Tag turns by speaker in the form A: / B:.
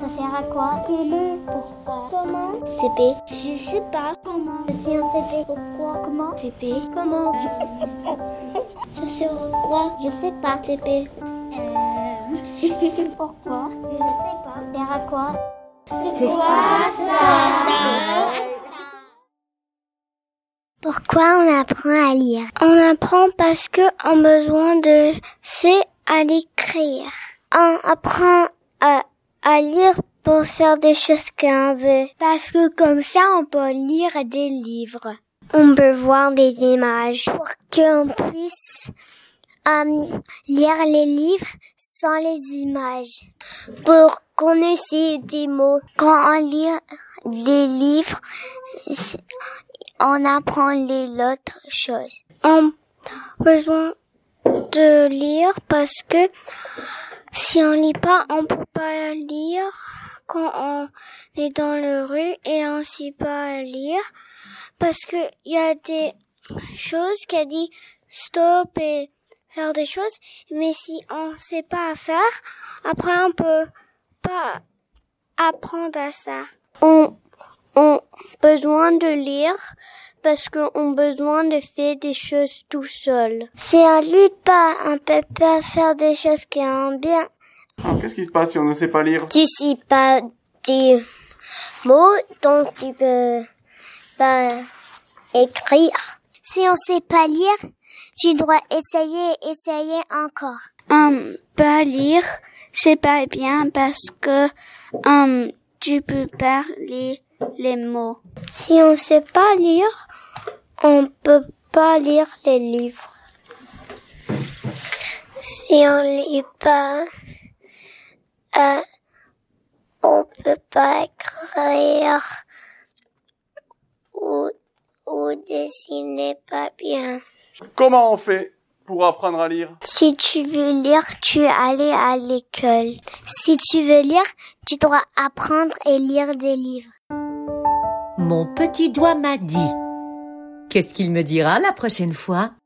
A: Ça sert à quoi Comment Pourquoi Comment CP Je sais pas. Comment Je suis un CP. Pourquoi Comment CP Comment Ça sert à quoi Je sais pas. CP. Euh... Pourquoi Je sais pas. Ça sert à quoi C'est quoi ça Pourquoi on apprend à lire On apprend parce que on a besoin de c'est à l'écrire. On apprend à à lire pour faire des choses qu'on veut. Parce que comme ça, on peut lire des livres. On peut voir des images. Pour qu'on puisse euh, lire les livres sans les images. Pour qu'on essaie des mots. Quand on lit des livres, c'est- on apprend les autres choses. On a besoin de lire parce que si on lit pas, on peut pas lire quand on est dans le rue et on sait pas lire parce que il y a des choses qui a dit stop et faire des choses, mais si on sait pas à faire, après on peut pas apprendre à ça. On on besoin de lire parce qu'on besoin de faire des choses tout seul. Si on lit pas, on peut pas faire des choses qui ont bien.
B: Alors, Oh, Qu'est-ce qui se passe si on ne sait pas lire
A: Tu sais pas des mots, donc tu peux pas écrire. Si on sait pas lire, tu dois essayer, essayer encore.
C: Hum, pas lire, c'est pas bien parce que hum, tu peux parler les mots.
A: Si on sait pas lire, on peut pas lire les livres. Si on lit pas, euh, on peut pas écrire ou, ou dessiner pas bien.
B: Comment on fait pour apprendre à lire
A: Si tu veux lire, tu es allé à l'école. Si tu veux lire, tu dois apprendre et lire des livres.
D: Mon petit doigt m'a dit. Qu'est-ce qu'il me dira la prochaine fois